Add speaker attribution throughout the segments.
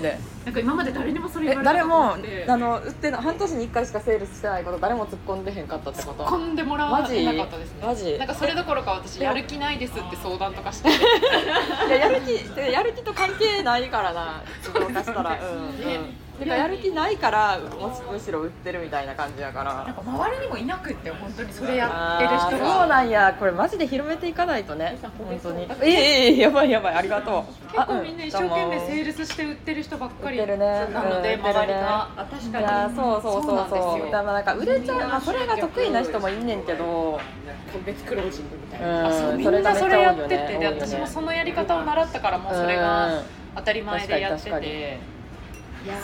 Speaker 1: で
Speaker 2: なんか今まで誰にもそれ
Speaker 1: え
Speaker 2: 言われ
Speaker 1: 誰
Speaker 2: たこと
Speaker 1: も
Speaker 2: なくて
Speaker 1: あの売ってない半年に1回しかセールしてないこと誰も突っ込んでへんかったってこと
Speaker 2: 突っ込んでもらわな
Speaker 1: マ
Speaker 2: かっ
Speaker 1: ジ
Speaker 2: たですね
Speaker 1: マジ
Speaker 2: なんかそれどころか私やる気ないですって相談とかして
Speaker 1: いややる気てかやる気と関係ないからな自分化 したらうんうん
Speaker 2: ね
Speaker 1: てかやる気ないからむしむしろ売ってるみたいな感じやから
Speaker 2: なんか周りにもいなくって本当にそれやってる
Speaker 1: あー
Speaker 2: 人
Speaker 1: そう
Speaker 2: が
Speaker 1: なんやこれマジで広めていかないとね本当にええええやばいやばいありがとう
Speaker 2: 結構みんな一生懸命セ
Speaker 1: ー
Speaker 2: ールスして売ってる人ばっかり
Speaker 1: 売ってるね
Speaker 2: なので
Speaker 1: うん売ってる
Speaker 2: 周り
Speaker 1: ね
Speaker 2: が
Speaker 3: あ確
Speaker 1: いや
Speaker 3: か
Speaker 1: そうそうそう
Speaker 2: そうなん
Speaker 1: そう
Speaker 2: ですよ
Speaker 1: だからなんか売れちゃう、まあ、それが得意な人もいんねんけど
Speaker 3: に個別クロージングみたいな
Speaker 2: あそう
Speaker 1: うん
Speaker 2: みんなそれやってて、
Speaker 1: がめ
Speaker 2: で
Speaker 1: ちゃ多いよね
Speaker 2: 私もそのやり方を習ったからもうそれ
Speaker 1: う
Speaker 2: が
Speaker 1: ん
Speaker 2: 当たり前でやって
Speaker 1: 確かに
Speaker 2: て
Speaker 3: いや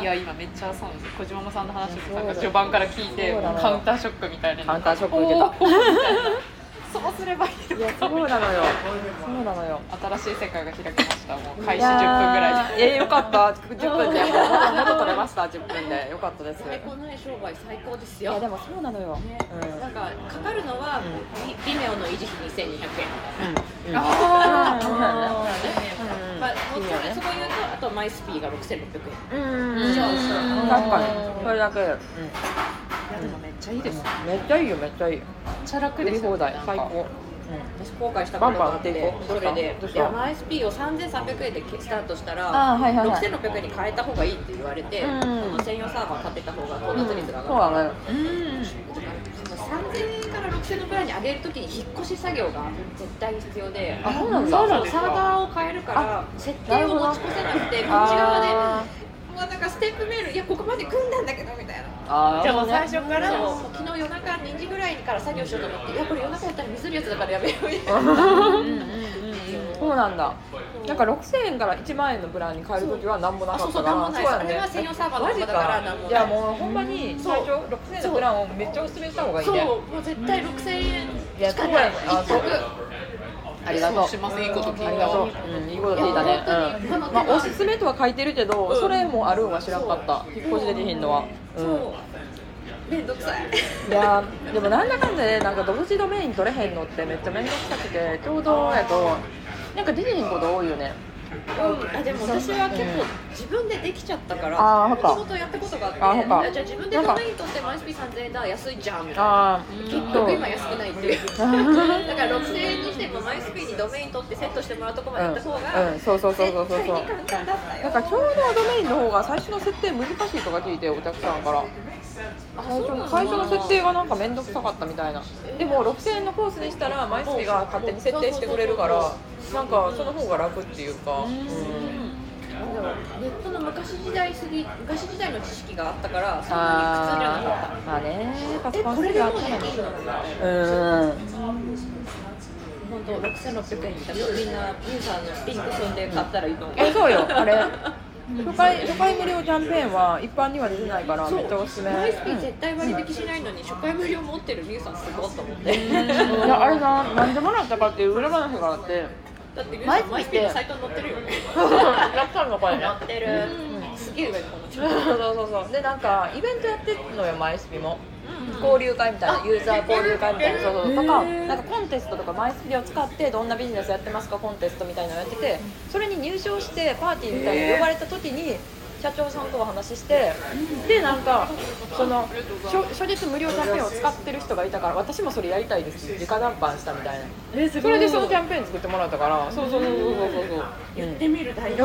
Speaker 2: いや今めっちゃそうなんですよ小島さんの話
Speaker 1: そう
Speaker 2: も
Speaker 1: だ
Speaker 2: なん
Speaker 1: よ
Speaker 2: か序盤から聞いて
Speaker 1: そうだよ
Speaker 2: カウンターショックみたいな
Speaker 1: カウンターショック
Speaker 2: お
Speaker 1: 受け
Speaker 2: ー
Speaker 1: た
Speaker 2: みたいなそうすればいい
Speaker 1: いやそうなのよそうなのよ
Speaker 2: 新しい世界が開きましたもう開始10分ぐらいで
Speaker 1: いやよかった10分で 元取れました10分でよかったです
Speaker 3: 最高の商売最高です
Speaker 1: い
Speaker 3: よ
Speaker 1: やでもそうなのよ、
Speaker 3: ねなんかかかるのはビビメオの維持費2200円、
Speaker 1: うん、うん、
Speaker 2: あ
Speaker 1: そう
Speaker 2: あ
Speaker 1: な
Speaker 3: ね
Speaker 1: うん
Speaker 3: まあ、もう
Speaker 1: いいよね
Speaker 3: そこ言うとあとマイスピーが6600円
Speaker 1: うん
Speaker 3: 以上
Speaker 1: 確かにそれだけ、うん
Speaker 2: いやでもめっちゃいいですね
Speaker 1: めっちゃいいよめっちゃいい
Speaker 2: めっちゃ楽
Speaker 1: 売
Speaker 2: で
Speaker 1: り
Speaker 2: すよ
Speaker 1: 放
Speaker 2: ね
Speaker 1: 題
Speaker 2: なんか
Speaker 1: 最高
Speaker 3: 私後悔したことがあって
Speaker 1: バンバン買っていこ
Speaker 3: そうれで
Speaker 1: どうし
Speaker 3: い
Speaker 1: た
Speaker 3: やマイスピーを3300円でスタートしたら
Speaker 1: あーはいはいはい
Speaker 3: 6600円に変えた方がいいって言われて、
Speaker 1: うん
Speaker 3: その専用サーバー買ってた方が
Speaker 1: う
Speaker 3: 混
Speaker 1: ん
Speaker 3: 雑率が上
Speaker 1: そう
Speaker 3: がる、
Speaker 1: なのよ
Speaker 2: うん
Speaker 3: 3000円から6000円のプランに上げるときに引っ越し作業が絶対に必要で
Speaker 1: あそうなんだ
Speaker 3: そうそうサーバーを変えるから設定を持ち越せなくてこっち側で
Speaker 1: あ
Speaker 3: もうなんかステップメールいやここまで組んだんだけどみたいな
Speaker 1: ーあー
Speaker 2: じゃあもう最初から
Speaker 3: そう
Speaker 2: も
Speaker 3: 昨日夜中2時ぐらいから作業しようと思っていやこれ夜中やったらミスるやつだからやめようみたいな
Speaker 1: そうなんだなんか6000円から1万円のプランに変えるときはなんもな
Speaker 3: あ
Speaker 1: か
Speaker 3: そう
Speaker 1: っ
Speaker 3: そ
Speaker 1: たか
Speaker 3: うなんも
Speaker 1: ら
Speaker 3: な
Speaker 1: そ
Speaker 3: い
Speaker 1: うや
Speaker 3: ですあれは
Speaker 1: ね
Speaker 3: 専用サーバーの
Speaker 1: マ
Speaker 3: 方
Speaker 1: ジ
Speaker 3: だから
Speaker 1: か
Speaker 3: なんも
Speaker 1: い
Speaker 3: ない
Speaker 1: やもうほんまに最初6000円のプランをめっちゃおすすめした方がいい
Speaker 3: そう
Speaker 1: ね
Speaker 3: もう絶対6000円
Speaker 1: いや
Speaker 3: しか
Speaker 1: そう
Speaker 3: な
Speaker 1: や
Speaker 3: い
Speaker 1: ね
Speaker 3: 一
Speaker 1: あそう
Speaker 3: 択
Speaker 1: ありがとう
Speaker 2: そうしますいいこと聞いた
Speaker 1: ありがとううんいいこと聞いたね
Speaker 3: いや本当に
Speaker 1: うんまあおすすめとは書いてるけどそれもあるんは知らんかった引っ越しできひんのはう
Speaker 3: そ
Speaker 1: ん
Speaker 3: うめんどくさい
Speaker 1: いやーでもなんだかんだでなんか独自ドメイン取れへんのってめっちゃ面倒くさくて共同やとなんか出てへんこと多いよね
Speaker 3: うん、あでも私は結構自分でできちゃったから
Speaker 1: あーそ
Speaker 3: も
Speaker 1: っか
Speaker 3: ともとやったことがあって
Speaker 1: あそっか
Speaker 3: いやじゃあ自分で
Speaker 1: なん
Speaker 3: ド
Speaker 1: か
Speaker 3: メイン取って毎月3000円だ安いじゃんみたいな
Speaker 1: ああ
Speaker 3: 結
Speaker 1: きっと
Speaker 3: 局今安くないっていうだから6000円にしてもマイスピーにドメイン取ってセットしてもらうとこまでやった方
Speaker 1: うん
Speaker 3: が
Speaker 1: うんそうそうそうそうそう
Speaker 3: 絶対に簡単だった
Speaker 1: なん
Speaker 3: よ
Speaker 1: か共同ドメインの方が最初の設定難しいとか聞いてお客さんから最初の最初の設定がなんか面倒くさかったみたいなでも6000円のコースにしたら毎月が勝手に設定してくれるからなんかその方が楽っていうかうん
Speaker 3: でもネットの昔時代すぎ昔時代の知識があったからそんなに苦痛じゃな
Speaker 1: まあね
Speaker 3: かっ
Speaker 1: パ
Speaker 3: た
Speaker 1: ソ
Speaker 3: え
Speaker 1: コン
Speaker 3: これ
Speaker 1: す
Speaker 3: で
Speaker 1: ぐ
Speaker 3: も
Speaker 1: あ
Speaker 3: う
Speaker 1: っ
Speaker 3: で
Speaker 1: たのに
Speaker 3: きるのみたいな
Speaker 1: うん
Speaker 3: 本当6600円みたいなみんなミューさんのリンク踏んで買ったらいいと思う
Speaker 1: えそうよあれ初回初回無料キャンペーンは一般には出てないからめっちゃおすすめ
Speaker 3: マイスピ
Speaker 1: うん
Speaker 3: ー絶対割引しないのに初回無料持ってるみゆさんすごいと思って
Speaker 1: いやあれななんでもらったかっていう裏話があって
Speaker 3: だってみゆさんマイスピーのサイトに載ってるよね
Speaker 1: やったのかね
Speaker 3: 載ってるすげえ上にこの
Speaker 1: そうそうそうでなんかイベントやってるのよマイスピも交流会みたいなユーザー交流会みたいなそうそうとかなんかコンテストとかマイスピを使ってどんなビジネスやってますかコンテストみたいなのやっててそれに入賞してパーティーみたいに呼ばれた時に社長さんとお話ししてでなんかその初初日無料キャンペーンを使ってる人がいたから私もそれやりたいですって直談判したみたいなそれでそのキャンペーン作ってもらったからそうそうそうそうそうそう言ってみる大事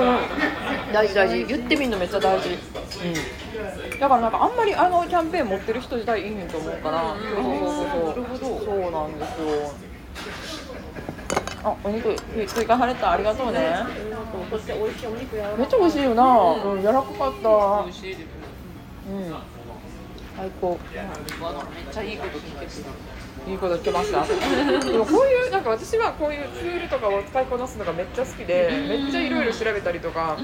Speaker 1: 大事大事言ってみるのめっちゃ大事だからなんかあんまりあのキャンペーン持ってる人自体いいねんと思うから、そうそうそうそうそうなんですよあお肉追追加されたありがとうね
Speaker 3: そして美味しいお肉やわ
Speaker 1: めっちゃ美味しいよな、うん、柔らかかったう
Speaker 2: 美味しいです
Speaker 1: ん最高
Speaker 2: わなんかめっちゃいいこと聞いてくる
Speaker 1: いいこと聞けましたでもこういうなんか私はこういうツールとかを使いこなすのがめっちゃ好きでめっちゃいろいろ調べたりとか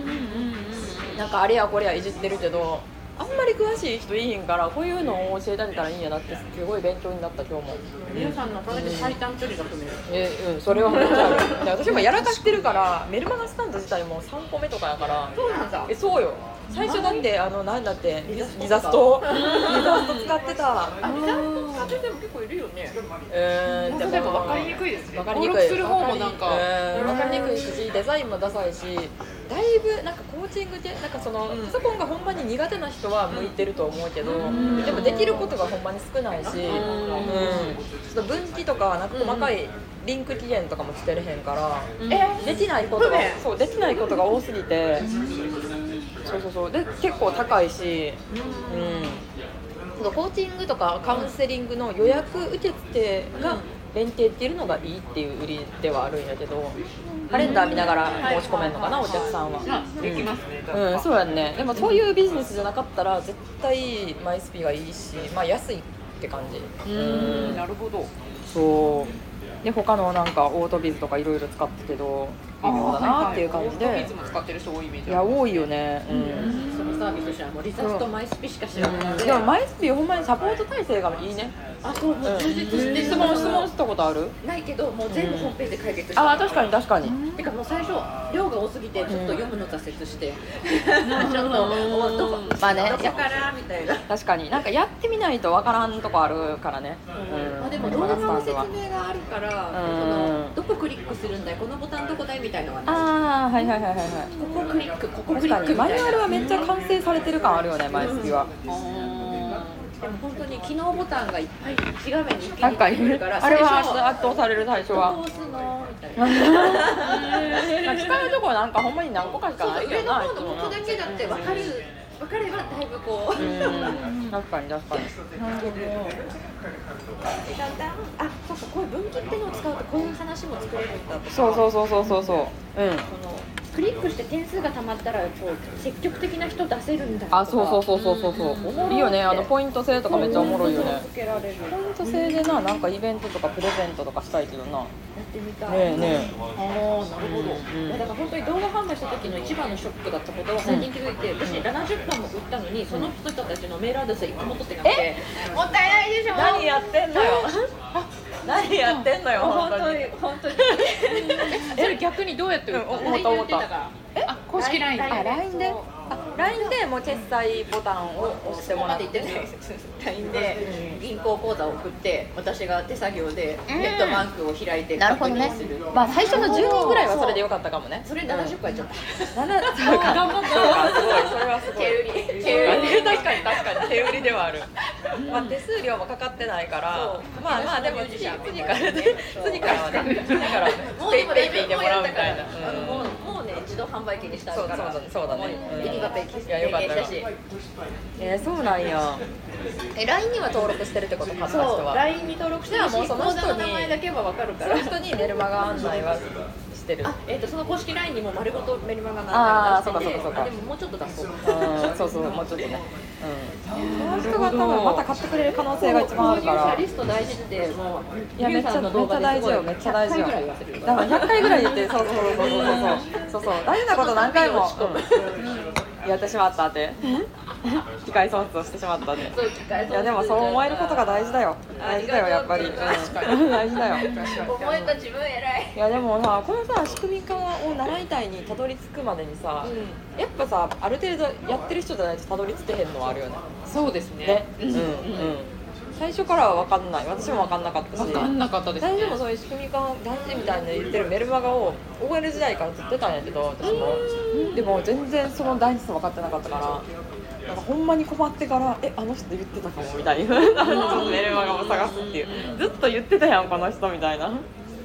Speaker 1: なんかあれやこれやいじってるけどあんまり詳しい人いいへんからこういうのを教えてあげたらいいんやなってすごい勉強になった今日も
Speaker 3: みゆさんのおかげで最短距離が組める
Speaker 1: えうんそれはめっちゃあるで私もやらかしてるからメルマガスタンド自体も3個目とかやから
Speaker 3: そうなんだ
Speaker 1: えそうよ最初だってあのなんだってリリザストリザスト使ってた
Speaker 3: あリザート使ってでも結構いるよね
Speaker 1: うーん
Speaker 2: 本当でも分かりにくいですね
Speaker 1: 分かりにくい
Speaker 2: 登録する方もなんか
Speaker 1: うん分かりにくいしデザインもダサいしだいぶなんかコーチングでなんかその、パソコンがほんまに苦手な人は向いてると思うけど、でもできることがほんまに少ないし、うんちょっと分岐とかなんか細かいリンク期限とかもしてれへんから、
Speaker 2: え
Speaker 1: できないことが
Speaker 2: 不便
Speaker 1: そうできないことが多すぎて、そうそうそうで結構高いし、うんコーチングとかカウンセリングの予約受付が限定っていうのがいいっていう売りではあるんやけどカレンダー見ながら申し込めるのかなお客さんは。
Speaker 2: あできますね
Speaker 1: うん、そうやんねでもそういうビジネスじゃなかったら絶対マイスピがいいしまあ安いって感じうん
Speaker 2: なるほど
Speaker 1: そうで他のなんかオートビズとかいろいろ使ってたけど微妙だなっていう感じで、
Speaker 2: オー
Speaker 1: い
Speaker 2: トピーズも使ってる人多いイメージあ
Speaker 1: や
Speaker 2: る
Speaker 1: 多いよねうん
Speaker 3: そのサービスとしてはもうリザートとマイスピしか知らないので
Speaker 1: でもマイスピほんまにサポート体制がいいね、
Speaker 3: あそうもう充実
Speaker 1: う
Speaker 3: し
Speaker 1: ん、
Speaker 3: て
Speaker 1: 質
Speaker 3: そ
Speaker 1: 問
Speaker 3: の
Speaker 1: 質問したことある
Speaker 3: ないけどもう全部ホームページで解決して
Speaker 1: ああ確かに確かに、
Speaker 3: てかもう最初量が多すぎてちょっと読むの挫折してちょっとおどこ
Speaker 1: まあね
Speaker 3: どこからみたいな
Speaker 1: 確かになんかやってみないとわからんとこあるからね、うん
Speaker 3: まあでも動画の説明があるからそのどこクリックするんだいこのボタンどこだいみたいなのがね
Speaker 1: ああはいはいはいはいはい
Speaker 3: ここクリックここ
Speaker 1: 確
Speaker 3: クリ
Speaker 1: か
Speaker 3: ック
Speaker 1: に
Speaker 3: み
Speaker 1: マ
Speaker 3: た
Speaker 1: ニュア
Speaker 3: い
Speaker 1: ル
Speaker 3: な
Speaker 1: はめっちゃ完成されてる感あるよね毎月は、
Speaker 3: でも本当に機能ボタンがいっぱい一画面に一気
Speaker 1: なん
Speaker 3: に
Speaker 1: か
Speaker 3: 出
Speaker 1: い
Speaker 3: て
Speaker 1: ろいろ
Speaker 3: くるから
Speaker 1: あれは圧
Speaker 3: 最初
Speaker 1: 圧倒される最初
Speaker 3: どこ
Speaker 1: は
Speaker 3: 押すのみたいな
Speaker 1: なんか使うとこなんかほんまに何個かしかない
Speaker 3: 上
Speaker 1: よ
Speaker 3: の
Speaker 1: な
Speaker 3: 方のここだけだって分かる分かればだいぶこう、
Speaker 1: うん確かに確かに
Speaker 3: だんだんあそうかこういう分岐ってのを使うとこういう話も作れるんだとか
Speaker 1: そうそうそうそうそうそううん
Speaker 3: このクリックして点数がたまったらこう積極的な人出せるんだとか
Speaker 1: あそうそうそうそうそうそうおもろいよねあのポイント制とかめっちゃおもろいよね
Speaker 3: つけられる
Speaker 1: ポイント制でななんかイベントとかプレゼントとかしたいけどなね
Speaker 3: やってみたい
Speaker 1: えね
Speaker 3: あーなるほど、
Speaker 1: うん
Speaker 3: いやだから本当に動画販売した時の一番のショックだったことは最近気づいて、私70本も売ったのにその人たちのメールアドレス一個も取ってなくてもったいないでしょ
Speaker 1: え何やってんのよ何やってんのよ
Speaker 3: 本
Speaker 1: 本
Speaker 3: 当
Speaker 1: 当に
Speaker 3: に本当に
Speaker 2: それ逆にどうやって売ったの
Speaker 1: 思った思った
Speaker 2: あ公式 LINE
Speaker 1: あ LINE であ LINE でもう決済ボタンを押してもら
Speaker 3: ま
Speaker 1: っ
Speaker 3: で
Speaker 1: て
Speaker 3: 行ってね LINE で銀行口座を送って私が手作業でネットバンクを開いて
Speaker 1: なるほどね
Speaker 3: 確認する、
Speaker 1: まあ最初の10人ぐらいは それでよかったかもね
Speaker 3: それ70個やっちゃった、
Speaker 1: 7そうか頑張ったすごいそれはすごい
Speaker 3: 手売り
Speaker 1: 手売
Speaker 3: 手売
Speaker 1: り確かに確かに手売りではある、まあ、手数料もかかってないから
Speaker 3: そう
Speaker 1: まあまあでも次次からね次からはね 次からはね
Speaker 3: もう
Speaker 1: ペ
Speaker 3: で
Speaker 1: イ
Speaker 3: も
Speaker 1: ペイペイでもらうみたいな、
Speaker 3: あのもうもうね自動販売機にした
Speaker 1: そう
Speaker 3: か
Speaker 1: そう
Speaker 3: ら
Speaker 1: だそうだねうん
Speaker 3: エリバペイ決
Speaker 1: いやよかっ
Speaker 3: 済
Speaker 1: た
Speaker 3: したし
Speaker 1: えー、そうなんやえ LINE には登録してるってこと買った人
Speaker 3: そう
Speaker 1: は
Speaker 3: LINE に登録して
Speaker 1: じゃあ
Speaker 3: る
Speaker 1: もう
Speaker 3: し
Speaker 1: そ
Speaker 3: 口
Speaker 1: の人に
Speaker 3: 座の名前だけは分かる
Speaker 1: そ
Speaker 3: か
Speaker 1: の
Speaker 3: ら
Speaker 1: 人にメルマガ案内はしてる
Speaker 3: あ、えー、とその公式 LINE にも丸ごとメルマガ
Speaker 1: あ
Speaker 3: が
Speaker 1: ーそうかそうかそうか
Speaker 3: あでももうちょっと出そう
Speaker 1: うんそうそうもうちょっとねうんその人が多分また買ってくれる可能性が一番あるか
Speaker 3: 購入
Speaker 1: ら
Speaker 3: 者リスト大事ってもう
Speaker 1: いやめっちゃめっちゃ大事よめっちゃ大事よ
Speaker 3: 100回ぐらい
Speaker 1: だ
Speaker 3: 言わせる
Speaker 1: か
Speaker 3: よ
Speaker 1: ら100回ぐらい言ってそうそうそうそうそうそうそう大事なこと何回もうんやってしまったって機械損失をしてしまったね
Speaker 3: そう機械
Speaker 1: いやでもそう思えることが大事だよ
Speaker 3: あ
Speaker 1: 大事だよやっぱりうん
Speaker 3: 確か
Speaker 1: 大事だよ
Speaker 3: 思えた自分偉い
Speaker 1: いやでもさこのさ仕組み化を習いたいにたどり着くまでにさ、やっぱさある程度やってる人じゃないとたどり着けへんのはあるよね
Speaker 2: そうです
Speaker 1: ね
Speaker 2: ね、
Speaker 1: うんうん最初からは分かんない私も分かんなかったし
Speaker 2: 分かんなかったですね
Speaker 1: 大丈夫そういう仕組み化大事みたいな言ってるメルマガを OL 時代からずっとやってたんやけど私もでも全然その大事さ分かってなかったからなんかほんまに困ってから「えあの人言ってたかも」みたいな ちょっとメルマガを探すっていうずっと言ってたやんこの人みたいな。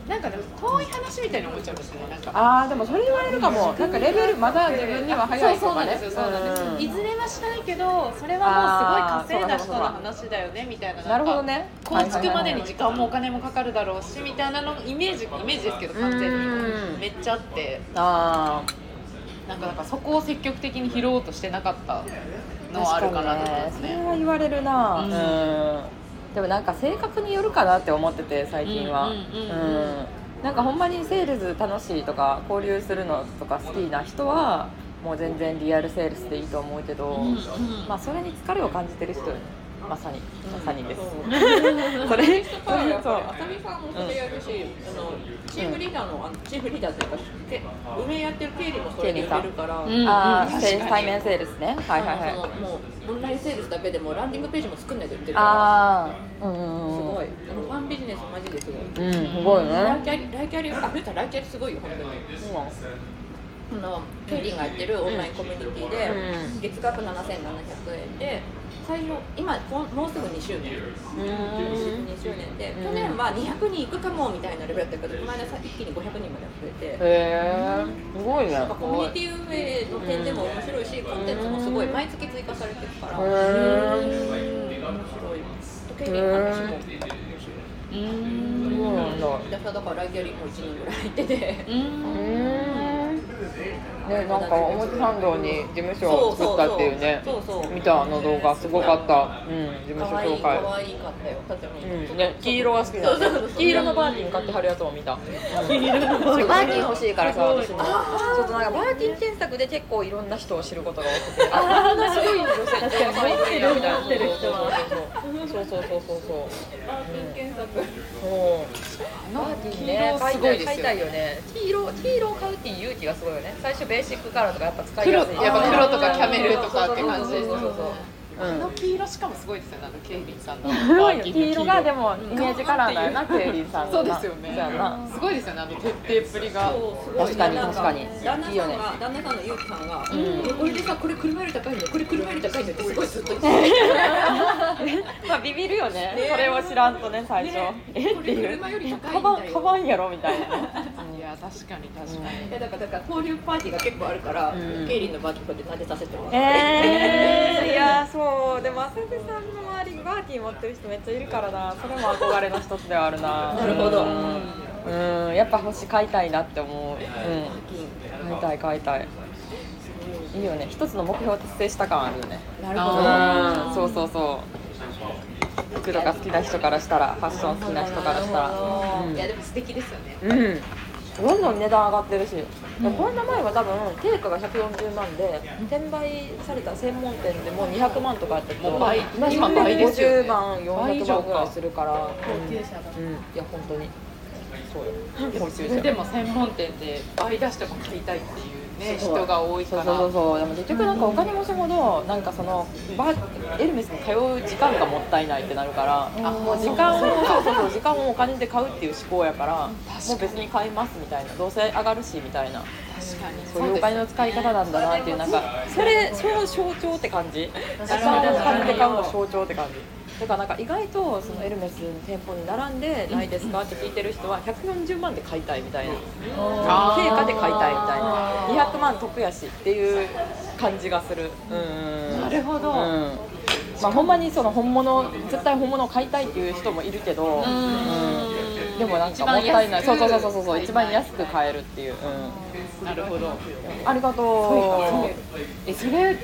Speaker 2: なんかでも遠い話みたいに思っちゃうんですねなんか
Speaker 1: ああでもそれ言われるかもなんかレベルまだ自分には早い
Speaker 2: そ
Speaker 1: と
Speaker 2: うな
Speaker 1: か
Speaker 2: ん
Speaker 1: ね
Speaker 2: ですよそうなんですよ、
Speaker 1: うん
Speaker 2: いずれはしたいけどそれはもうすごい稼いだ人の話だよねみたいな
Speaker 1: なるほどね
Speaker 2: 構築までに時間もお金もかかるだろうしみたいなのイメージイメージですけど完全
Speaker 1: うん
Speaker 2: にめっちゃあって
Speaker 1: ああ
Speaker 2: なんかだからそこを積極的に拾おうとしてなかったのはあるかなと思います
Speaker 1: それ
Speaker 2: ね
Speaker 1: は言われるな
Speaker 2: う
Speaker 1: うんでもなんか性格によるかなって思ってて最近は
Speaker 2: う
Speaker 1: うん
Speaker 2: うんうんうん
Speaker 1: んなんかほんまにセールス楽しいとか交流するのとか好きな人はもう全然リアルセールスでいいと思うけど
Speaker 2: うんうん
Speaker 1: まあそれに疲れを感じてる人よねまさにまさにです、
Speaker 3: そう
Speaker 1: それ
Speaker 3: 人からやっ
Speaker 1: そう
Speaker 3: ぱり浅見さんもそれやるし、あのチームリーダーのあのチームリーダーというかけ運営やってる経理もそれでやってるから、
Speaker 2: 経理さんうん
Speaker 1: ああ
Speaker 2: 確かに
Speaker 1: 対面セールスねはいはい
Speaker 3: そ
Speaker 1: は
Speaker 3: の
Speaker 1: い
Speaker 3: もうオンラインセールスだけでもランディングページも作んないと言ってるから
Speaker 1: ああうんうん
Speaker 3: す
Speaker 1: うん
Speaker 3: ごいあのファンビジネスマジですごい、
Speaker 1: うんすごい
Speaker 3: ライ
Speaker 1: ね
Speaker 3: キャリライキャリあふうたんライキャリすごいよ本当にそのケイリンがやってるオンラインコミュニティで、
Speaker 1: うん
Speaker 3: 月額7700円で最初今こんもうすぐ2周年
Speaker 1: うん
Speaker 3: 2周年で、
Speaker 1: うん
Speaker 3: 去年は200人いくかもみたいなレベルだったけどこの間さ一気に500人まで増えて、
Speaker 1: へえすごいね
Speaker 3: やっぱコミュニティ運営の点でも面白いし、コンテンツもすごい毎月追加されてるから、
Speaker 1: へ
Speaker 3: 面
Speaker 1: え
Speaker 3: 白いとケイリンの話も面白
Speaker 2: う
Speaker 3: い
Speaker 2: ん
Speaker 1: そうなんだ
Speaker 3: 私はだからライキャリも1年ぐらい行ってて
Speaker 1: うんねなんか表参道に事務所を作ったっていうね
Speaker 3: そうそうそう
Speaker 1: 見たあの動画すごかったうん事務
Speaker 3: 可
Speaker 1: 所
Speaker 3: 愛い
Speaker 1: 紹
Speaker 3: 可
Speaker 1: 介
Speaker 3: 愛いかったよだってもう
Speaker 1: うんね黄色が好きなんだ
Speaker 3: そうそうそう
Speaker 1: 黄色のバーキン買ってはるやつも見た黄色のバーキン欲しいからさ私もちょっとなんかバーキン検索で結構いろんな人を知ることが多くてああんなすごい女性確かに持ってるみたいな
Speaker 3: 持ってる人は
Speaker 1: そうそうそうそうそう
Speaker 3: バーキン検索
Speaker 1: そうバーティーね、
Speaker 2: 黄色すごいですよね
Speaker 1: 買いたいよね。黄色、黄色を買うっていう勇気がすごいよね。最初ベーシックカラーとかやっぱ使い
Speaker 2: 黒
Speaker 1: や
Speaker 2: やっ
Speaker 1: すい。
Speaker 2: ぱ黒とかキャメルとかって感じです
Speaker 1: そうそうそう
Speaker 2: あ
Speaker 1: うん
Speaker 2: の黄色しかもすごいですよねあのケイリンさんの
Speaker 1: 黄色がでもイメージカラーだよな、ケイリーさんの
Speaker 2: そ
Speaker 1: な。
Speaker 2: うですよね
Speaker 1: そうやな。
Speaker 2: すごいですよねあの徹底っぷりが
Speaker 1: 確かに確かに
Speaker 3: 旦那
Speaker 1: いいよ
Speaker 3: さん
Speaker 1: ね
Speaker 3: が旦那さんのゆうきさんが、
Speaker 1: ん
Speaker 3: えこれでさこれ車より高いんだよこれ車より高いんだよってすごいずっと言ってて
Speaker 1: まあビビるよね
Speaker 3: ね
Speaker 1: それを知らんとね、最初
Speaker 3: ね。
Speaker 1: えっ
Speaker 3: こ
Speaker 1: て
Speaker 3: れ
Speaker 1: いう。
Speaker 3: 車より高い
Speaker 1: カ
Speaker 3: ん
Speaker 1: バ
Speaker 3: だ
Speaker 1: ン、
Speaker 3: よ
Speaker 1: カバンやろみたいなね。
Speaker 2: いや確かに確かに
Speaker 3: いやだからだから交流パーティーが結構あるから、
Speaker 1: うん
Speaker 3: ケイリンのバーティーこうやって撫でさせてもらって、
Speaker 1: えー、いやそうでも浅瀬さんの周りにバーティー持ってる人めっちゃいるからなそれも憧れの一つではある な
Speaker 3: なるほど
Speaker 1: うんうんやっぱ星買いたいなって思う、うん、買いたい買いたいいいよね一つの目標を達成した感あるよね
Speaker 3: な
Speaker 2: るほど
Speaker 1: うんそうそうそう服とか好きな人からしたらファッション好きな人からしたらうん
Speaker 3: いやでも素敵ですよね
Speaker 1: うんどんどん値段上がってるし、こんな前は多分定価が140万で転売された専門店でもう200万とかやったけど
Speaker 2: もう倍
Speaker 1: 今
Speaker 2: 今倍ですよね
Speaker 1: 350万
Speaker 2: 倍以
Speaker 1: 400
Speaker 2: 上
Speaker 1: 万
Speaker 2: か
Speaker 1: ぐらいするからうん、い
Speaker 2: 車だ
Speaker 1: や本当にそうよ 高級
Speaker 2: それ
Speaker 1: 車
Speaker 2: でも専門店で倍出しても買いたいっていうね人が多い
Speaker 1: そ
Speaker 2: か
Speaker 1: う
Speaker 2: ら
Speaker 1: そうそうそうでも結局なんかお金もそほどなんかそのバエルメスに通う時間がもったいないってなるからあもう時間をそうそうそう時間をお金で買うっていう思考やからもう別に買いますみたいなどうせ上がるしみたいな
Speaker 2: 確かに
Speaker 1: そういうお金の使い方なんだなっていうなんかそれその象徴って感じ時間を使って買うの象徴って感じだからなんか意外とそのエルメスの店舗に並んでないですかって聞いてる人は140万で買いたいみたいな
Speaker 2: あー
Speaker 1: 定価で買いたいみたいな200万得やしっていう感じがするうん
Speaker 2: なるほど
Speaker 1: うんまあほんまにその本物絶対本物を買いたいっていう人もいるけどうんでもなんかもったいない
Speaker 2: 一
Speaker 1: そ
Speaker 2: 番安く
Speaker 1: うそうそうそうそう一番
Speaker 2: 買いたい
Speaker 1: 安く買えるっていう、うん
Speaker 2: なるほど
Speaker 1: ありがと
Speaker 2: えそれ
Speaker 1: う。うん。
Speaker 2: す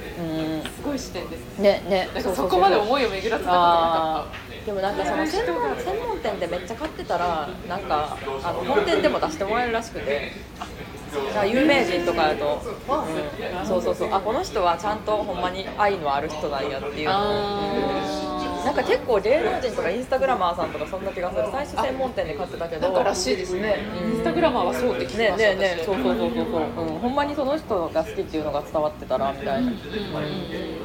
Speaker 2: ごい視点ですね
Speaker 1: ねね。
Speaker 2: なんかそこまで
Speaker 1: い。
Speaker 2: 思いを巡らせたことな
Speaker 1: あ
Speaker 2: かっ
Speaker 1: ーでもなんかその専門専門店でめっちゃ買ってたらなんかあの本店でも出してもらえるらしくて。だから有名人とかやと、うんそうそうそうあこの人はちゃんとほんまに愛のある人なんやっていう
Speaker 2: た
Speaker 1: うんなんか結構芸能人とかインスタグラマーさんとかそんな気がする最初専門店で買ってたけど
Speaker 2: なんからしいですねインスタグラマーはそうって聞きま
Speaker 1: ね
Speaker 2: した
Speaker 1: ねねそうそう
Speaker 2: う
Speaker 1: そうそうそう、うん、ほんまにその人が好きっていうのが伝わってたらみたいな、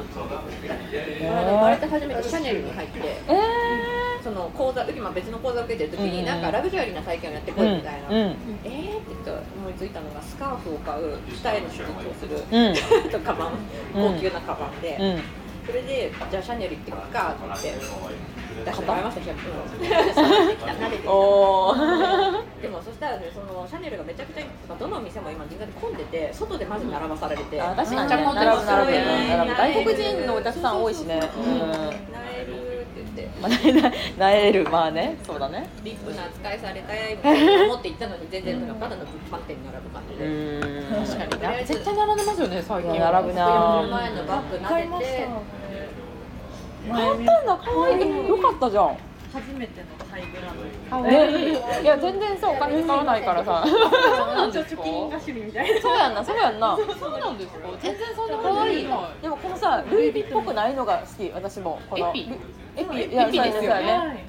Speaker 3: この間生まれて初めてシャネルに入って
Speaker 1: えー
Speaker 3: その講座今別の講座を受けてる時に、
Speaker 1: うん
Speaker 3: なんかラグジュアリーな体験をやってこいみたいな、
Speaker 1: うんうん
Speaker 3: えーって言ったら思いついたのがスカーフを買う二重の手術をする、
Speaker 1: うん
Speaker 3: とカバン
Speaker 1: うん
Speaker 3: 高級なカバンで、
Speaker 1: うん
Speaker 3: それでじゃあシャネル行ってくっかって言って出してもらいました100分慣れてきた
Speaker 1: おお
Speaker 3: でもそしたらねそのシャネルがめちゃくちゃ、まあ、どの店も今銀座で混んでて外でまず並ばされてて、
Speaker 1: あ確かに
Speaker 2: めっちゃ混んでます
Speaker 1: 並ぶ並ぶ
Speaker 3: ね
Speaker 1: 並ぶ外国人のお客さん多いしね
Speaker 3: そううそ
Speaker 1: ん
Speaker 3: うそうなえるって言って
Speaker 1: まあなななえるまあねそうだね
Speaker 3: リップの扱いされたいみたいな思って行ったのに全然なんかただの物販店に並ぶ感じ
Speaker 1: う
Speaker 3: で。
Speaker 1: ーん
Speaker 2: 確かにな絶対並んでますよね最
Speaker 1: い
Speaker 2: 近
Speaker 1: や並ぶな
Speaker 3: 目の前のバッグ
Speaker 4: 買い
Speaker 3: 撫
Speaker 4: ま
Speaker 3: で
Speaker 4: してた
Speaker 1: 買ったんだ可愛いえよかったじゃん
Speaker 4: 初めてのハイブランド
Speaker 1: ねいや全然さお金使わないからさ
Speaker 2: そうなんですか
Speaker 4: 趣味みたいな
Speaker 1: そうやんなそうやんな
Speaker 2: そうなんですか全然そんな
Speaker 1: 可愛い
Speaker 2: の
Speaker 1: でもこのさルイ・ヴィっぽくないのが好き私もこの
Speaker 2: エピ
Speaker 1: ルエピ
Speaker 2: エピ
Speaker 1: いや
Speaker 2: ですよね
Speaker 1: そうですよね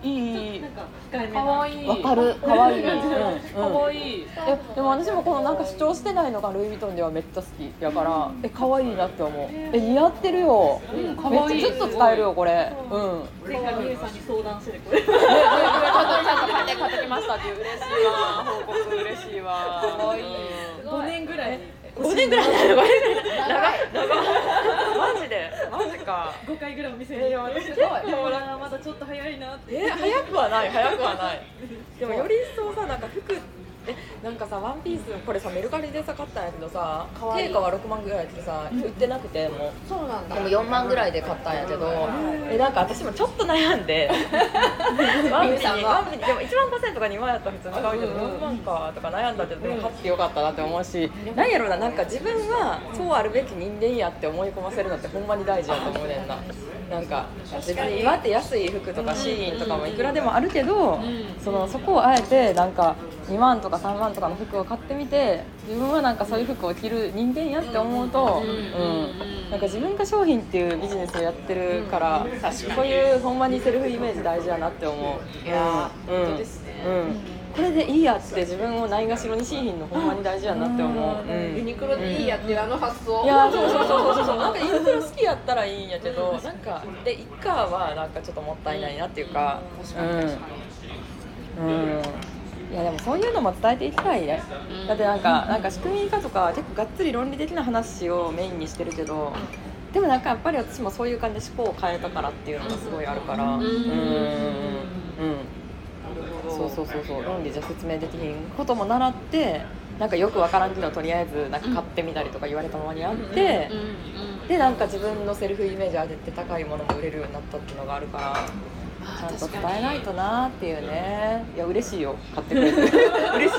Speaker 4: い
Speaker 1: いいいい
Speaker 4: なんか控えめな
Speaker 2: 可愛い
Speaker 1: わかるかわいい、うん
Speaker 2: 可
Speaker 1: うん
Speaker 2: 愛い
Speaker 1: えでも私もこのなんか主張してないのがルイ・ヴィトンではめっちゃ好きやからえ可愛いなって思うえ似合ってるよ
Speaker 2: うん可
Speaker 1: めっ
Speaker 2: 愛い
Speaker 1: ちゃずっと使えるよこれうんね
Speaker 4: 前回みゆさんに相談しててこれ
Speaker 1: ねねちょっとちゃんと買って買ってきましたっていう嬉しいわ報告嬉しいわ可愛い
Speaker 4: 5年ぐらい
Speaker 1: 5年ぐらいだよ5年ぐらい長い長いマジでマジか
Speaker 4: 5回ぐらいお店に
Speaker 1: すごい
Speaker 4: でもなまだちょっと早いなって
Speaker 1: え早くはない早くはない でもより一層さなんか服えなんかさワンピースこれさメルカリでさ買ったんやけどさ
Speaker 3: 愛い
Speaker 1: 定価は6万ぐらいでさ売ってなくてもう
Speaker 3: そうなんだ
Speaker 1: でも4万ぐらいで買ったんやけど、えなんか私もちょっと悩んで、ワンピに
Speaker 3: さんは
Speaker 1: ワンピにでも1万5000とか2万やったら普通に買うけど、4万かとか悩んだけど、でも買ってよかったなって思うし、なんやろうな、なんか自分はそうあるべき人間やって思い込ませるのって、ほんまに大事やと思うねんな。なんか別に岩手安い服とかシーインとかもいくらでもあるけど、そのそこをあえてなんか2万とか3万とかの服を買ってみて自分はなんかそういう服を着る人間やって思うと、うん、なんか自分が商品っていうビジネスをやってるから、こういうほんまにセルフイメージ大事やなって思ういやうん、うんこれでいいやって自分をないがしろにしいひんのほんまに大事やなって思う、うん
Speaker 3: ユニクロでいいやっていうあの発想
Speaker 1: いやーそうそうそうそうそうなんかユニクロ好きやったらいいんやけどなんかで一家はなんかちょっともったいないなっていうかうん、うんいやでもそういうのも伝えていきたいね、だってなんかなんか仕組み化とか結構がっつり論理的な話をメインにしてるけどでもなんかやっぱり私もそういう感じで思考を変えたからっていうのがすごいあるからうんうんそうそうそうそう論理じゃ説明できひんことも習ってなんかよくわからんけどとりあえずなんか買ってみたりとか言われたままにあって、でなんか自分のセルフイメージ上げて高いものも売れるようになったっていうのがあるからちゃんと伝えないとなーっていうねいや嬉しいよ買ってく れて嬉し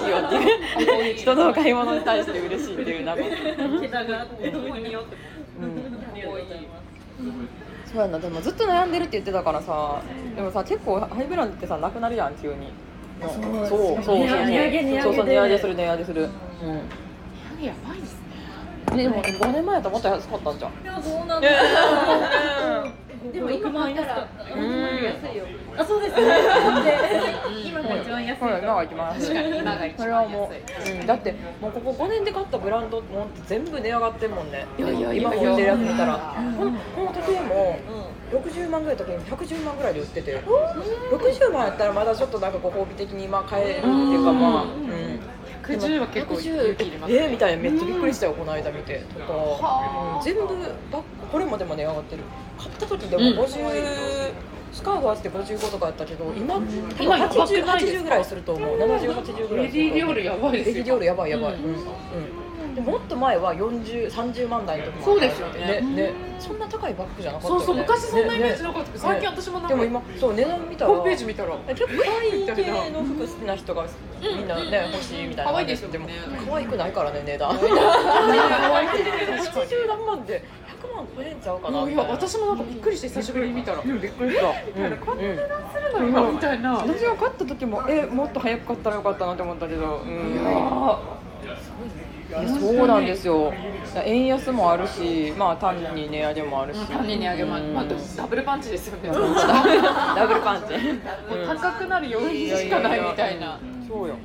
Speaker 1: いよっていう 人のお買い物に対して嬉しいっていう謎、
Speaker 4: 桁があってどこによっても
Speaker 1: うん、
Speaker 4: ありがとうございます
Speaker 1: そうやなでもずっと悩んでるって言ってたからさでもさ結構ハイブランドってさなくなるやん急にそうそうそうそう
Speaker 4: 値上げ値上げで
Speaker 1: そうそう値上げする値上げするう
Speaker 2: やばいですね
Speaker 1: んででも5年前やったらもっと安かったんじゃん
Speaker 4: でもそうなんだ
Speaker 3: でも今買ったら
Speaker 1: うん
Speaker 4: あそうですねで今が一番安い
Speaker 1: ほら今は行きます
Speaker 2: 確かに今が一
Speaker 1: それは
Speaker 2: 番安
Speaker 1: もう、うん、だってもうここ5年で買ったブランドもんって全部値上がってんもんね
Speaker 2: いやいや
Speaker 1: 今
Speaker 2: いや
Speaker 1: 持ってるやつ見たらこのこの時計も60万ぐらいの時に110万ぐらいで売ってて60万やったらまだちょっとなんかご褒美的に今買えるっていうかまあうん
Speaker 2: い110は結構勇気いります
Speaker 1: えー、みたいなめっちゃびっくりしたよ、この間見てとか、
Speaker 2: は
Speaker 1: うん、
Speaker 2: あ
Speaker 1: 全部バッグこれもでも値上がってる買った時でも
Speaker 2: うん
Speaker 1: 50、スカーフ合わせて55とかやったけど今
Speaker 2: 今
Speaker 1: 今 80,
Speaker 2: 80
Speaker 1: 80ぐらいすると思う7080ぐらい
Speaker 2: レディー・ディオールやばい
Speaker 1: レ
Speaker 2: で
Speaker 1: ディ
Speaker 2: すよ
Speaker 1: ディオールやばいやばい、
Speaker 2: う
Speaker 1: うんんうんでもっと前は40 30万台の時も
Speaker 2: そうですよ
Speaker 1: ね
Speaker 2: ね
Speaker 1: ねそんな高いバッグじゃなかったよ
Speaker 2: そう
Speaker 1: ね
Speaker 2: そう昔そんなイメージ
Speaker 1: ね
Speaker 2: なかったけど最近私もなん
Speaker 1: ねでも
Speaker 2: か
Speaker 1: 今そう値段見たら
Speaker 2: ホームページ見たら
Speaker 1: 結構可愛い系の服好きな人がみんなね欲しいみたいな
Speaker 2: 可愛
Speaker 1: 感
Speaker 2: い
Speaker 1: じ
Speaker 2: ですよね
Speaker 1: も可愛くないからね値段80何万で100万超えんちゃうかない
Speaker 2: や私もなんかびっくりして久しぶりに見たら
Speaker 1: うんびっくりしたうんうん
Speaker 2: 今みたいな
Speaker 1: 私が買った時もえもっと早く買ったらよかったなって思ったけど、うん、いやそうなんですよいや円安もあるし、まあ、単に値上げもあるし
Speaker 2: 単に値上げま
Speaker 1: う
Speaker 2: で
Speaker 1: ん
Speaker 2: まあダブルパンチですよね
Speaker 1: ダブルパンチ
Speaker 2: もう高くなる要因しかないみたいな
Speaker 1: そうよね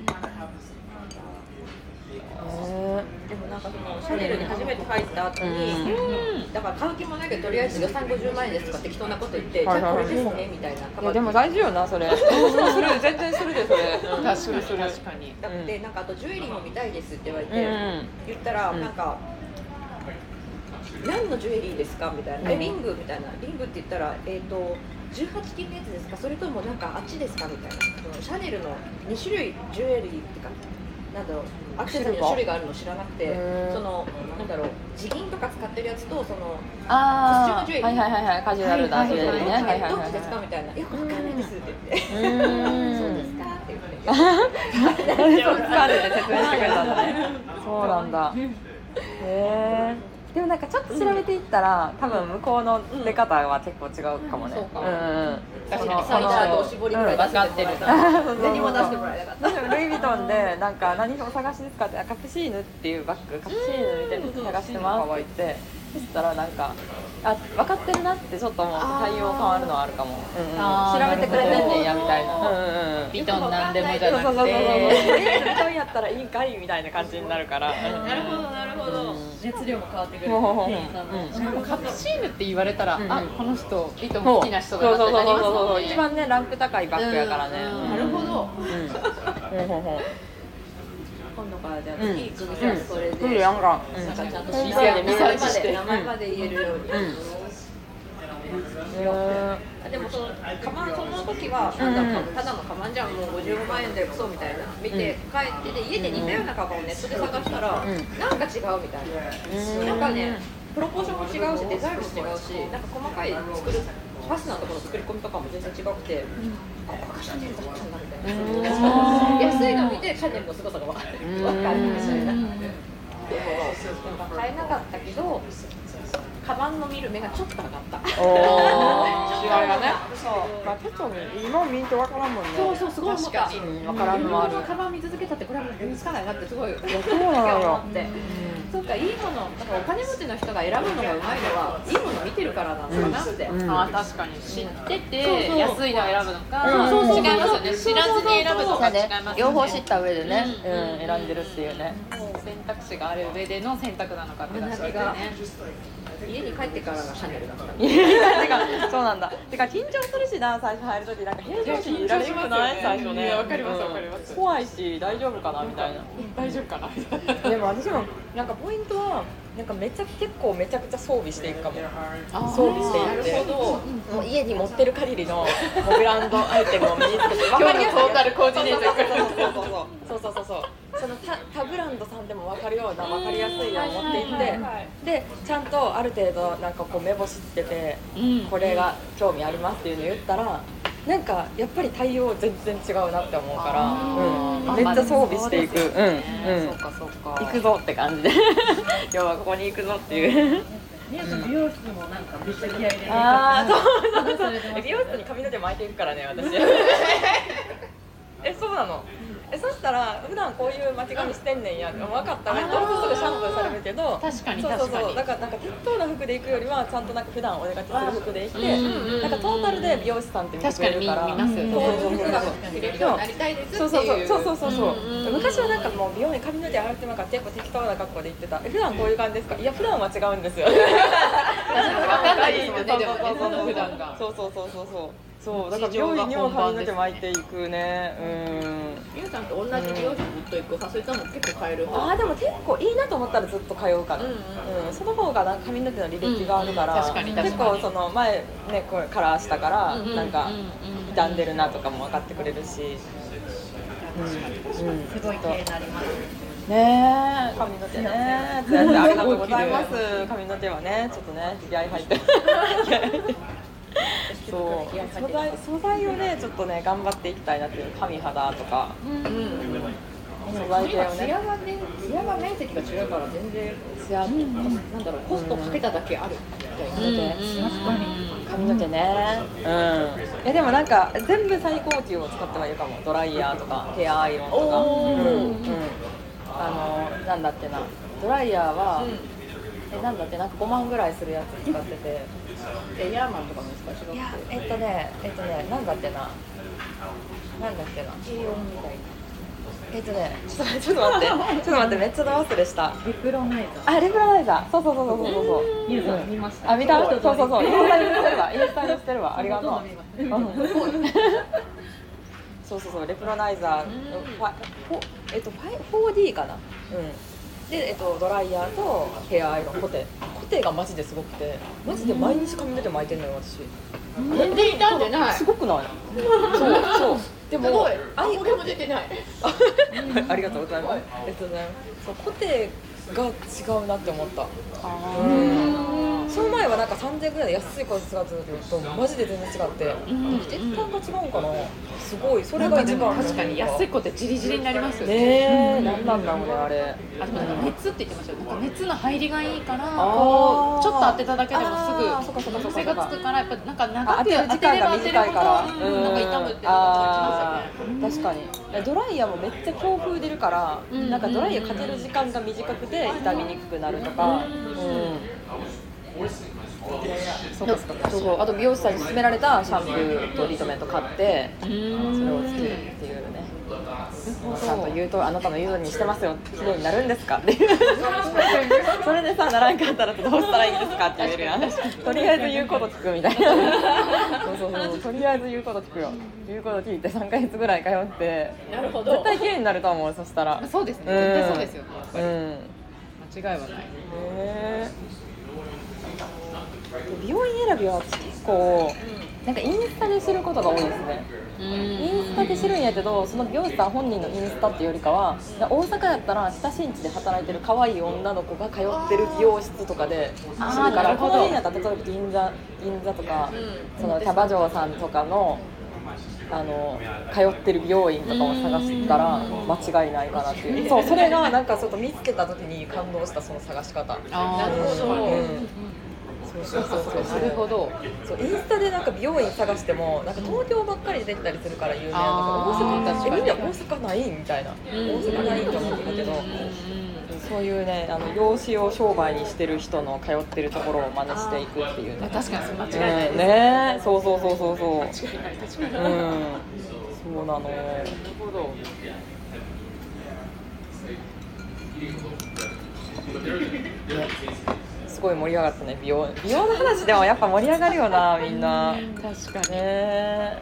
Speaker 3: でもなんかそのシャネルに初めて入った後に、だから買う気もないけどとりあえず予算50万円ですとか適当なこと言って、
Speaker 1: はい
Speaker 3: じ
Speaker 1: は
Speaker 3: ゃあ
Speaker 1: いは
Speaker 3: こ
Speaker 1: い
Speaker 3: れですねみたいな。
Speaker 1: いやでも大事よなそれ私もする全然するでそれ
Speaker 2: 確かに確かに
Speaker 3: だってなんかあとジュエリーも見たいですって言われて、
Speaker 1: うん
Speaker 3: 言ったら
Speaker 1: うん
Speaker 3: なんか、何のジュエリーですかみたいな、えリングみたいなリングって言ったらえっ、と18金のやつですかそれともなんかあっちですかみたいなそのシャネルの2種類ジュエリーってかなんだろうアクセサリーの種類があるの知らなくて
Speaker 1: へー
Speaker 3: そのなんだろう地銀とか使ってるやつとその
Speaker 1: あ
Speaker 3: ー
Speaker 1: ーはいはいはいはいカジュアル
Speaker 3: あ
Speaker 1: なジュエリーねはいはいはい
Speaker 3: どっちですか
Speaker 1: は
Speaker 3: みたいな「よくわかんないです」って言
Speaker 1: い
Speaker 3: って
Speaker 1: うん
Speaker 3: 「そうですか?」って言われて「
Speaker 1: そう疲れて説明してくれたんだねそうなんだへえでもなんかちょっと調べていったら、多分向こうの出方は結構違うかもね、
Speaker 3: うんそうか
Speaker 1: んうん
Speaker 3: 確
Speaker 1: そ
Speaker 3: か
Speaker 1: の
Speaker 3: にサイダーとおしぼりぐらい出してもらえたら
Speaker 1: うん
Speaker 3: 何も出してもらえなかった」
Speaker 1: でもルイ・ヴィトンでなんか何をお探しですかってあカプチーヌっていうバッグカプチーヌみたいなの探してますって言ってそしたらなんかあ分かってるなってちょっともう
Speaker 3: あ
Speaker 1: 対
Speaker 3: ー
Speaker 1: 応変わるのはあるかも、うんうん
Speaker 2: あ
Speaker 1: 調
Speaker 2: ー
Speaker 1: べてくれてんねんやみたいな、
Speaker 2: なるほ
Speaker 1: うんうんうん
Speaker 2: ビトンなんでもじゃ
Speaker 1: そう
Speaker 2: な
Speaker 1: そうそうそう。
Speaker 2: くて
Speaker 1: えー、そうやったらいいんかいみたいな感じになるから。
Speaker 4: なるほどなるほど熱量も変わってくる
Speaker 1: ほうほうほう
Speaker 4: 店員さんの
Speaker 1: うん
Speaker 2: しかもカプシーヌって言われたら、
Speaker 1: うん
Speaker 2: あこの人ビトン
Speaker 1: そう
Speaker 2: 好きな人だなってなります
Speaker 1: そうそうそう
Speaker 2: も
Speaker 1: そ
Speaker 2: ん
Speaker 1: う
Speaker 2: ね
Speaker 1: 一番ねランク高いバッグやからね。
Speaker 2: うん
Speaker 4: なるほど
Speaker 1: うん。ほうほうほ
Speaker 3: 今度からじゃあ
Speaker 1: うん
Speaker 3: 次行く店はそれ
Speaker 1: う。うん
Speaker 3: で、
Speaker 1: やんか。う
Speaker 3: なんかちゃんと
Speaker 1: うん
Speaker 3: 名前
Speaker 1: 店で見
Speaker 2: 返
Speaker 3: ま
Speaker 2: し
Speaker 1: して
Speaker 3: で名前まで言えるように、
Speaker 1: うんん。
Speaker 3: あでもそのカバンその時はなんだかただのカバンじゃんもう55万円でクソみたいな見て帰ってで家で似たようなカバンをネットで探したら、
Speaker 1: ん
Speaker 3: なんか違うみたいな。なんかね、プロポーションも違うし、デザインも違うし、なんか細かい作る、ファスナーとかの作り込みとかも全然違くて、あ、これがシャネルだったんだみたいな。安いの見て、シャネルの凄さが分かる。分かるみたいな。でも、やっぱ買えなかったけど、カバンの見る目がちょっと上がった。
Speaker 1: おお。
Speaker 2: ー
Speaker 1: 違いがね。そう。まあペットに今見んとわからんもんね。
Speaker 3: そうそう、すごい思った。
Speaker 1: うん。わからんのもある。
Speaker 3: カバン見続けたって、これはもう見つかないなって、すごい。
Speaker 1: いやそうなのよ。
Speaker 3: って、そっかいいものなんかお金持ちの人が選ぶのがうまいのはいいもの見てるからなのかなって、
Speaker 1: うん
Speaker 2: あー確かに知ってて
Speaker 3: そうそう
Speaker 2: 安いのを選ぶのか、
Speaker 1: うんそうそうそう
Speaker 2: 違いますよね知らずに選ぶの
Speaker 1: そ
Speaker 2: か
Speaker 1: う
Speaker 2: 違い
Speaker 1: ね
Speaker 2: ますよね。
Speaker 1: 両方知った上でね、
Speaker 2: う
Speaker 1: うんん、選んでるっていうね。
Speaker 2: 選択肢がある上での選択なのかって感じですね
Speaker 3: 学家に帰ってからがシャネルだった
Speaker 1: いやてかそうなんだ。てか緊張するしな最初入るときなんか平常心でいられるくない
Speaker 2: いや緊張しますよね
Speaker 1: 最初ね。
Speaker 2: いやわかりま
Speaker 1: う
Speaker 2: す
Speaker 1: ん
Speaker 2: わかります
Speaker 1: 怖いし大丈夫かなみたいな。
Speaker 2: 大丈夫かな
Speaker 1: でも私もなんかポイントはなんかめちゃ結構めちゃくちゃ装備していくかも。装備していって。もう家に持ってる限りのもうブランドアイテムを身につけて。
Speaker 2: 今日のトータルコーディネート
Speaker 1: そうそうそうそうそうそうそうそうそうその他他ブランドさんでも分かるような分かりやすいのを持っていって、でちゃんとある程度なんかこう目星つけて、
Speaker 2: うん
Speaker 1: これが興味ありますっていうの言ったらなんかやっぱり対応全然違うなって思うから、うん、めっちゃ装備していく、うんうん
Speaker 2: そうかそうか
Speaker 1: 行くぞって感じで 今日はここに行くぞっていう
Speaker 4: 美容室もなんかめっちゃ気合いで
Speaker 1: ああそうそう
Speaker 4: そ
Speaker 1: そう
Speaker 4: れでます
Speaker 1: 美容室に髪の毛巻いていくからね私 えそうなのえそしたら普段こういう巻き髪してんねんや分かったねどうすぐシャンプーされるけど
Speaker 2: 確かに
Speaker 1: そうそう
Speaker 2: 確か
Speaker 1: そう
Speaker 2: に
Speaker 1: だからなんか適当な服で行くよりはちゃんとなんか普段お出かけする服で行っ
Speaker 2: うんうんうん
Speaker 1: て
Speaker 2: うん
Speaker 1: なんかトータルで美容師さんって見て
Speaker 2: 確
Speaker 1: く
Speaker 2: か
Speaker 1: れ
Speaker 2: に
Speaker 1: る
Speaker 2: 見
Speaker 1: から
Speaker 2: 見ますよ
Speaker 1: そう
Speaker 2: ね
Speaker 1: そうそうそう
Speaker 3: 作れるようになりたいですって
Speaker 1: そ
Speaker 3: いう
Speaker 1: うそうそうそうそうそうそう、
Speaker 2: うんうんうん
Speaker 1: 昔はなんかもう美容院髪の毛洗ってなかった結構適当な格好で行ってたえ普段こういう感じですかいや普段は違うんですよ分か
Speaker 2: んないですもんねでもね普段が
Speaker 1: そうそうそうそうそうそうだから
Speaker 2: 日常が
Speaker 1: 病院にも髪の
Speaker 2: 本番で
Speaker 1: 毛
Speaker 2: すね
Speaker 1: 巻いていくねうん
Speaker 3: ゆうさんと同じ美容室ずっと行く派、それとも結構変える
Speaker 1: あ
Speaker 3: 派
Speaker 1: ーでも結構いいなと思ったらずっと通うから、
Speaker 3: う
Speaker 1: うんん
Speaker 3: うん
Speaker 1: その方がなんか髪の毛の履歴があるから,、
Speaker 2: うん確かに確
Speaker 1: 結
Speaker 2: かに
Speaker 1: 構その前ねこれカラーしたから
Speaker 2: うんうん
Speaker 1: なんか
Speaker 2: うんうん
Speaker 1: 傷んでるなとかも分かってくれるし、うんうん、
Speaker 4: すごい綺麗になります
Speaker 1: ねえ髪の毛ねつやつやありがとうございます髪の毛はねちょっとね気合い入 ってそう素材素材をねちょっとね頑張っていきたいなっていう髪肌とか、素材系を
Speaker 3: ツ
Speaker 1: ね
Speaker 3: ヤがね、ツヤが面積が違うから全然
Speaker 1: ツヤ
Speaker 3: なんだろうコストかけただけあるみたいな、
Speaker 2: 確かに
Speaker 1: 髪の毛ねうんいやでもなんか全部最高級を使ってはいるかもドライヤーとかヘアアイロンとか
Speaker 3: おー
Speaker 1: うんうんあのなんだってなドライヤーは、えなんだってなんか5万ぐらいするやつ使ってて
Speaker 3: でヤーマンとかも難しい
Speaker 1: いやえっとねえっとねなんだってななんだっけな
Speaker 3: 低音みたいな
Speaker 1: えっとねちょっとちょっと待ってちょっと待ってめっちゃど忘れした
Speaker 4: リプロナイト
Speaker 1: あレブラライザーそうそうそうそうそうそう
Speaker 4: ユーザー見ました
Speaker 1: あ見たそうそうそうインスタに載ってるわインスタに載ってるわありがとう
Speaker 4: どんどん見ます
Speaker 1: うんそうそうそうレプロナイザーファフォえっとファイ 4D かなうんでえっとドライヤーとヘアアイロンコテコテがマジですごくてマジで毎日髪の毛巻いてるのよ私
Speaker 3: 全然傷んでない
Speaker 1: すごくないそうそうでも
Speaker 3: あこれも出てない
Speaker 1: ありがとうございます。ありがとうございます。そう、コテが違うなって思った。うんその前はなんか3000円ぐらいで安いコテ使ってたけど、マジで全然違って。質感が違うんかな。すごい、それが一番。
Speaker 2: 確かに安い子ってジリジリになりますよね
Speaker 1: ねえ、なんなんだろうね、あれ。
Speaker 2: あでもなんか熱って言ってましたよなんか熱の入りがいいから
Speaker 1: あー
Speaker 2: こうちょっと当てただけでも
Speaker 1: あーそっかそっか
Speaker 2: す
Speaker 1: そ
Speaker 2: ぐ
Speaker 1: っか
Speaker 2: 癖がつくからやっぱなんか
Speaker 1: あ
Speaker 2: 長
Speaker 1: 当てる
Speaker 2: く
Speaker 1: 時間が
Speaker 2: 当
Speaker 1: 短
Speaker 2: て
Speaker 1: い
Speaker 2: れば
Speaker 1: から、
Speaker 2: 当てるほどうんなんか痛むっていうのが
Speaker 1: あー確かにドライヤーもめっちゃ強風出るから、
Speaker 2: ん
Speaker 1: なんかドライヤーかける時間が短くて傷みにくくなるとか、うん
Speaker 2: そうかそうか
Speaker 1: そうそうあと美容師さんに勧められたシャンプーとトリートメント買ってそれをつけるっていうねちゃんと言うとあなたの言うようにしてますよ綺麗になるんですか っていうそれでさならんかったらどうしたらいいんですかって言えるやんとりあえず言うこと聞くみたいなそうそうそうとりあえず言うこと聞くよ言うこと聞いて3ヶ月ぐらい通って
Speaker 3: なるほ
Speaker 1: 絶対綺麗になると思うそしたら
Speaker 2: まあそうですね
Speaker 1: うん
Speaker 2: 絶対そうですよ
Speaker 1: うんへ
Speaker 2: 間違いはない
Speaker 1: え美容院選びは私結構なんかインスタで知ることが多いですねインスタで知るんやけどその美容師さん本人のインスタっていうよりかは大阪やったら北新地で働いてる可愛い女の子が通ってる美容室とかで知る
Speaker 2: あー
Speaker 1: か
Speaker 2: な
Speaker 1: ら
Speaker 2: るほ
Speaker 1: この
Speaker 2: ど
Speaker 1: 辺やったら例えば銀座銀座とか、そのキャバ嬢さんとかのあの通ってる美容院とかを探したら間違いないかなっていうそうそれがなんかちょっと見つけた時に感動したその探し方
Speaker 2: あーなるほど
Speaker 1: うんそうそうそうそう
Speaker 2: なるほど
Speaker 1: そうインスタでなんか美容院探してもなんか東京ばっかり出てたりするから有名なとか
Speaker 2: あー
Speaker 1: 大阪
Speaker 2: 確か
Speaker 1: え
Speaker 2: に
Speaker 1: みんな大阪ないみたいな大阪ないと思ってたけどそういうねあの養子を商売にしてる人の通ってるところを真似していくっていう
Speaker 2: まあ
Speaker 1: ね
Speaker 2: 確かにそう間違いない
Speaker 1: うん
Speaker 2: です
Speaker 1: ねそうそうそうそうそううん
Speaker 2: 間違いない確かに
Speaker 1: そう
Speaker 2: なる
Speaker 1: なの
Speaker 2: ほど
Speaker 1: すごい盛り上がったね美容美容の話でもやっぱ盛り上がるよなみんな
Speaker 2: 確かに
Speaker 1: ね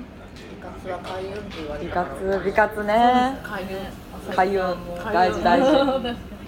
Speaker 4: 活は開運って言われ
Speaker 1: 美
Speaker 4: る
Speaker 1: 活美活ね
Speaker 4: 開運
Speaker 1: 開運大事大事
Speaker 4: 確か